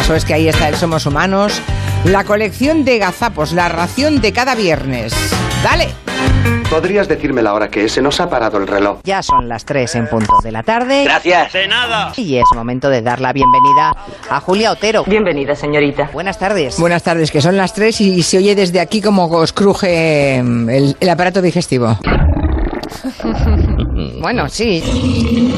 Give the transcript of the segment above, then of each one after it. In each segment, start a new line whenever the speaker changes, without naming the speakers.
eso es que ahí está el Somos Humanos. La colección de gazapos, la ración de cada viernes. Dale.
¿Podrías decirme la hora que es? Se nos ha parado el reloj.
Ya son las 3 en punto de la tarde.
Gracias.
De nada.
Y es momento de dar la bienvenida a Julia Otero.
Bienvenida, señorita.
Buenas tardes.
Buenas tardes, que son las 3 y se oye desde aquí como os cruje em, el, el aparato digestivo.
bueno, sí.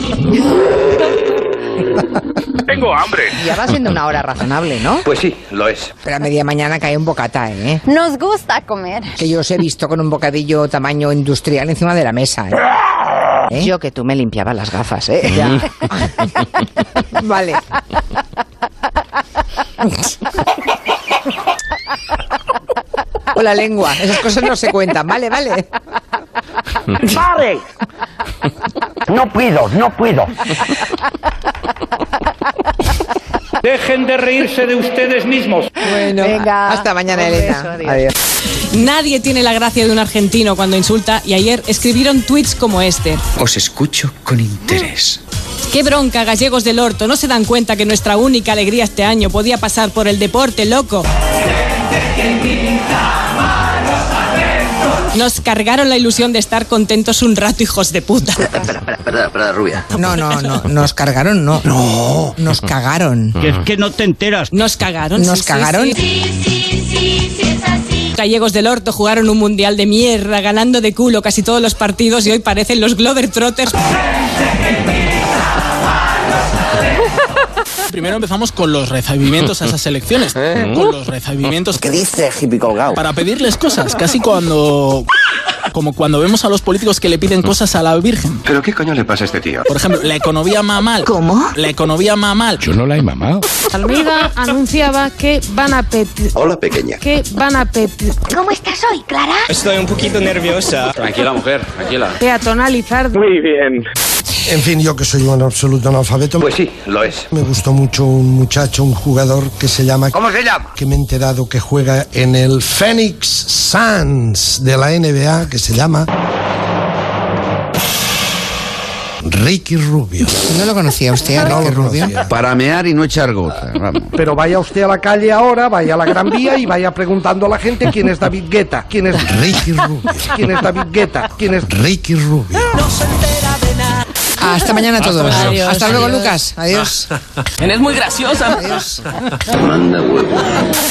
Tengo hambre.
Ya va siendo una hora razonable, ¿no?
Pues sí, lo es.
Pero a media mañana cae un bocata, ¿eh?
Nos gusta comer.
Que yo os he visto con un bocadillo tamaño industrial encima de la mesa, ¿eh?
¿Eh? Yo que tú me limpiabas las gafas, ¿eh? Ya.
vale. o la lengua, esas cosas no se cuentan, vale, vale.
¡Pare! No puedo, no puedo.
Dejen de reírse de ustedes mismos.
Bueno,
Venga.
hasta mañana,
Un
Elena.
beso, adiós.
adiós.
Nadie tiene la gracia de un argentino cuando insulta y ayer escribieron tweets como este.
Os escucho con interés.
Qué bronca, gallegos del orto, no se dan cuenta que nuestra única alegría este año podía pasar por el deporte, loco. Nos cargaron la ilusión de estar contentos un rato, hijos de puta.
Espera, espera, espera, espera, rubia.
No, no, no, nos cargaron, no. No. Nos cagaron.
Que es que no te enteras.
Nos cagaron.
Nos
sí, sí,
cagaron.
sí.
es así.
Gallegos del Orto jugaron un mundial de mierda, ganando de culo casi todos los partidos y hoy parecen los Glover Trotters.
Primero empezamos con los recibimientos a esas elecciones. Con los recibimientos
¿Eh? ¿Qué dice, hippie colgado?
para pedirles cosas, casi cuando. Como cuando vemos a los políticos que le piden cosas a la Virgen.
¿Pero qué coño le pasa a este tío?
Por ejemplo, la economía va mal.
¿Cómo?
La economía va mal.
Yo no la he mamado.
Almeida anunciaba que van a pedir,
Hola, pequeña.
que van a pedir,
¿Cómo estás hoy, Clara?
Estoy un poquito nerviosa.
Tranquila, mujer, tranquila.
peatonalizar
Muy bien.
En fin, yo que soy un absoluto analfabeto,
Pues sí, lo es.
me gustó mucho un muchacho, un jugador que se llama,
¿Cómo se llama?
que me he enterado que juega en el Phoenix Suns de la NBA, que se llama Ricky Rubio.
No lo conocía usted, ¿eh? a
No
Enrique
lo
Rubio.
conocía.
Para mear y no echar
Ah.
gota. Vamos.
Pero vaya usted a la calle ahora, vaya a la Gran Vía y vaya preguntando a la gente quién es David Guetta, quién es Ricky Rubio, quién es David Guetta, quién es Ricky Rubio.
Hasta mañana a todos. Hasta,
mañana.
luego,
Adiós.
Lucas. Adiós.
Eres muy graciosa.
Manda huevo.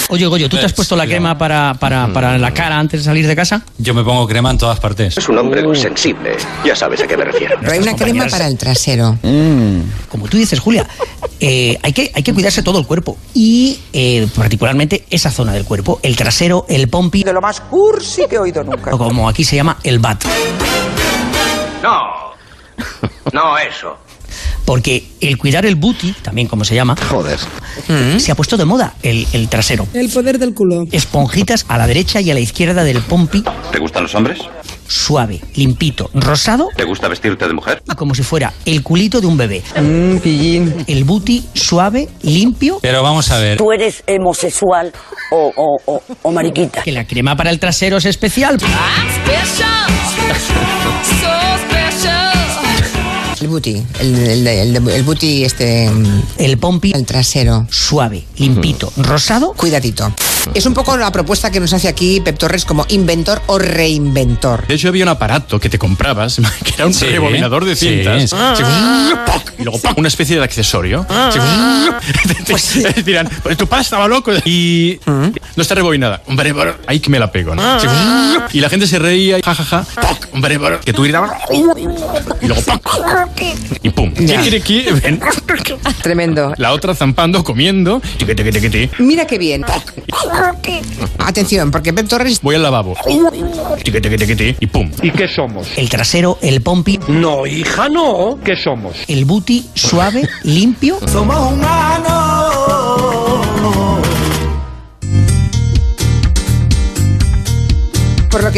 Oye, Goyo, ¿tú te has puesto la crema para, la cara antes de salir de casa?
Yo me pongo crema en todas partes.
Es un hombre sensible. Oh. Ya sabes a qué me refiero.
Pero hay una crema para el trasero.
Como tú dices, Julia, eh, hay, que, hay que cuidarse todo el cuerpo. Y eh, particularmente esa zona del cuerpo, el trasero, el pompi,
De lo más cursi que he oído nunca.
o como aquí se llama, el bat.
No. No, eso.
Porque el cuidar el booty, también como se llama, Mm.
Joder.
se ha puesto de moda el, el trasero.
El poder del culo.
Esponjitas a la derecha y a la izquierda del pompi,
¿Te gustan los hombres?
suave, limpito, rosado
¿Te gusta vestirte de mujer?
y como si fuera el culito de un bebé. El booty suave, limpio.
Pero vamos a ver.
¿Tú eres homosexual o, o, o, o mariquita?
Que la crema para el trasero es especial.
El booty. El, el, el- el- el booty, este. mm,
El pompi
El trasero.
suave, limpito, rosado.
Cuidadito. Es un poco la propuesta que nos hace aquí Pep Torres como inventor o reinventor.
De hecho, había un aparato que te comprabas, que era un
Sí.
rebobinador de
Sí. Ah.
cintas.
Sí.
Así, ¡poc! y luego ¡poc! una especie de accesorio. Así, te dirán, "Pues tu pasta va loco. Y no está rebobinada. Hombre, bro, ahí que me la pego. ¿no? Así, y la gente se reía, jajaja. ¡Poc! Hombre, bro, que tú gritabas. Y luego ¡poc! Y pum.
Ya.
Tiquiriquí, ven.
Tremendo.
La otra zampando, comiendo. Tiqui, tiqui, tiqui, tiqui.
Mira qué bien. Atención, porque Pep Torres
Voy al lavabo. Tiqui, tiqui, tiqui, tiqui. Y pum.
¿Y qué somos?
El trasero, el pompi,
No, hija, no. ¿Qué somos?
el booty suave, limpio.
Somos humanos.